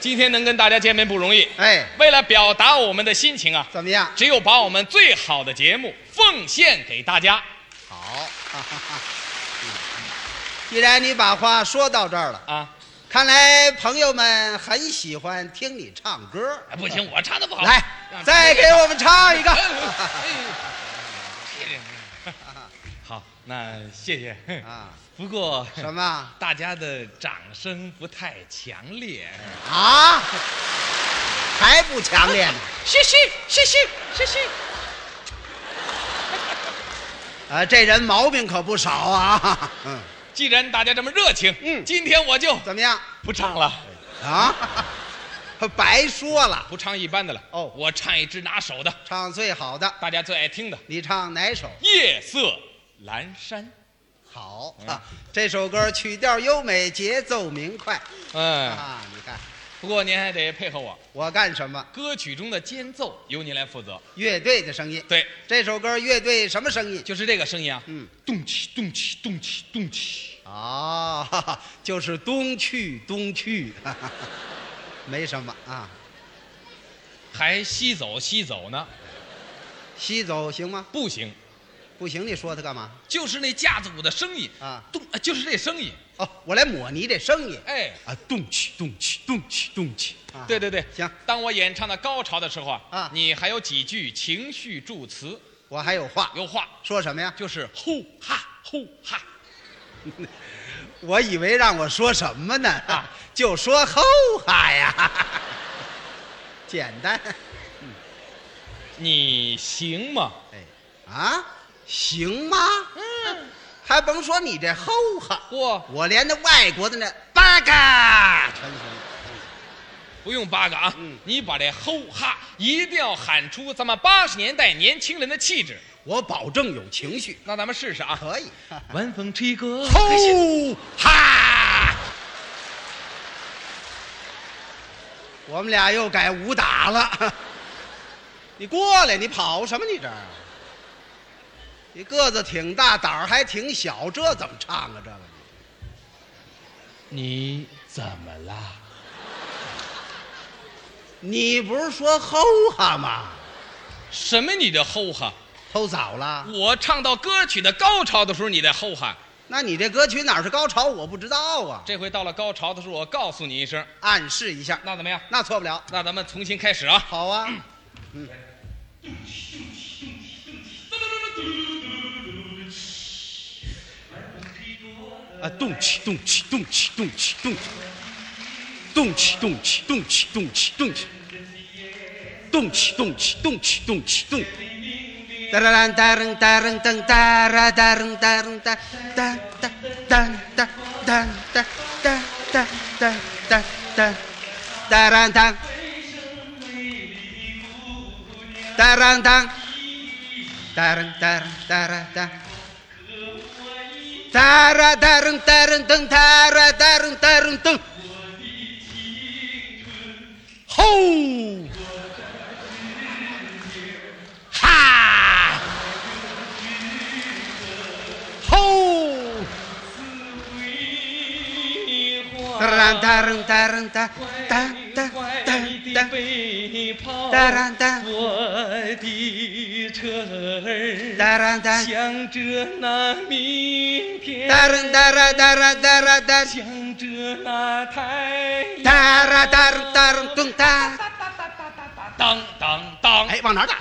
今天能跟大家见面不容易，哎，为了表达我们的心情啊，怎么样？只有把我们最好的节目奉献给大家好， 哈哈哈既然你把话说到这儿了，啊！看来朋友们很喜欢听你唱歌。哎不行，我唱的不好，嗯来，再给我们唱一 个。谢谢。 好，那谢谢。啊，不过什么大家的掌声不太强烈。啊？还不强烈 呢？谢谢，谢谢，谢谢。啊，这人毛病可不少啊。 嗯，既然大家这么热情，嗯今天我就怎么样？不唱了， 啊？白说了，不唱一般的了。哦我唱一支拿手的，唱最好的，大家最爱听的《你唱哪首？夜色阑珊》。好啊，这首歌曲调优美，节奏明快嗯，啊！你看不过您还得配合我，我干什么？歌曲中的间奏由您来负责。乐队的声音。对，这首歌乐队什么声音？就是这个声音啊，嗯，动起，动起，动起，动起。哦， 哈哈就是东去东去，哈哈 没什么啊。还西走西走呢？西走行吗？不行，不行，你说它干嘛？就是那架子鼓的声音啊动啊就是这声音，哦，我来抹泥这声音。哎，啊，动去动去动去动去。啊对对对，行当我演唱到高潮的时候啊，啊你还有几句情绪助词，我还有话有话说什么呀？就是呼哈呼啊哈我以为让我说什么呢？啊 就说后哈呀， 简单。你行吗？哎，啊，行吗？嗯，还甭说你这后哈，嚯，我连那外国的那八嘎全行。不用八个啊，嗯你把这吼哈一定要喊出咱们八十年代年轻人的气质。我保证有情绪，那咱们试试啊，可以。晚风吹过，吼哈！我们俩又改武打了。你过来，你跑什么？你这儿，你个子挺大，胆儿还挺小，这怎么唱啊？这个你怎么啦？你不是说吼哈吗？什么你的吼哈？吼早了？我唱到歌曲的高潮的时候，你在吼哈。那你这歌曲哪是高潮？我不知道啊。这回到了高潮的时候，我告诉你一声，暗示一下，那怎么样？那错不了。那咱们重新开始啊！好啊，啊，动起动起动起动起动起，动起动起动起动起动起，动起动起动起动起动。哒啦啦哒噔哒噔噔哒啦哒噔哒噔哒哒哒哒哒哒哒哒哒哒哒哒哒啦当，哒啦当，哒噔哒噔哒啦哒。哒啦哒噔哒噔噔哒啦哒噔哒噔噔，吼！哈，吼！哒啦哒啦哒啦哒哒哒哒哒。背包哒啦哒我的车儿，哒啦哒，想着那明天哒啦哒啦哒啦哒啦哒，想着那太哒啦哒啦哒啦咚哒。当当当，哎，往哪儿打？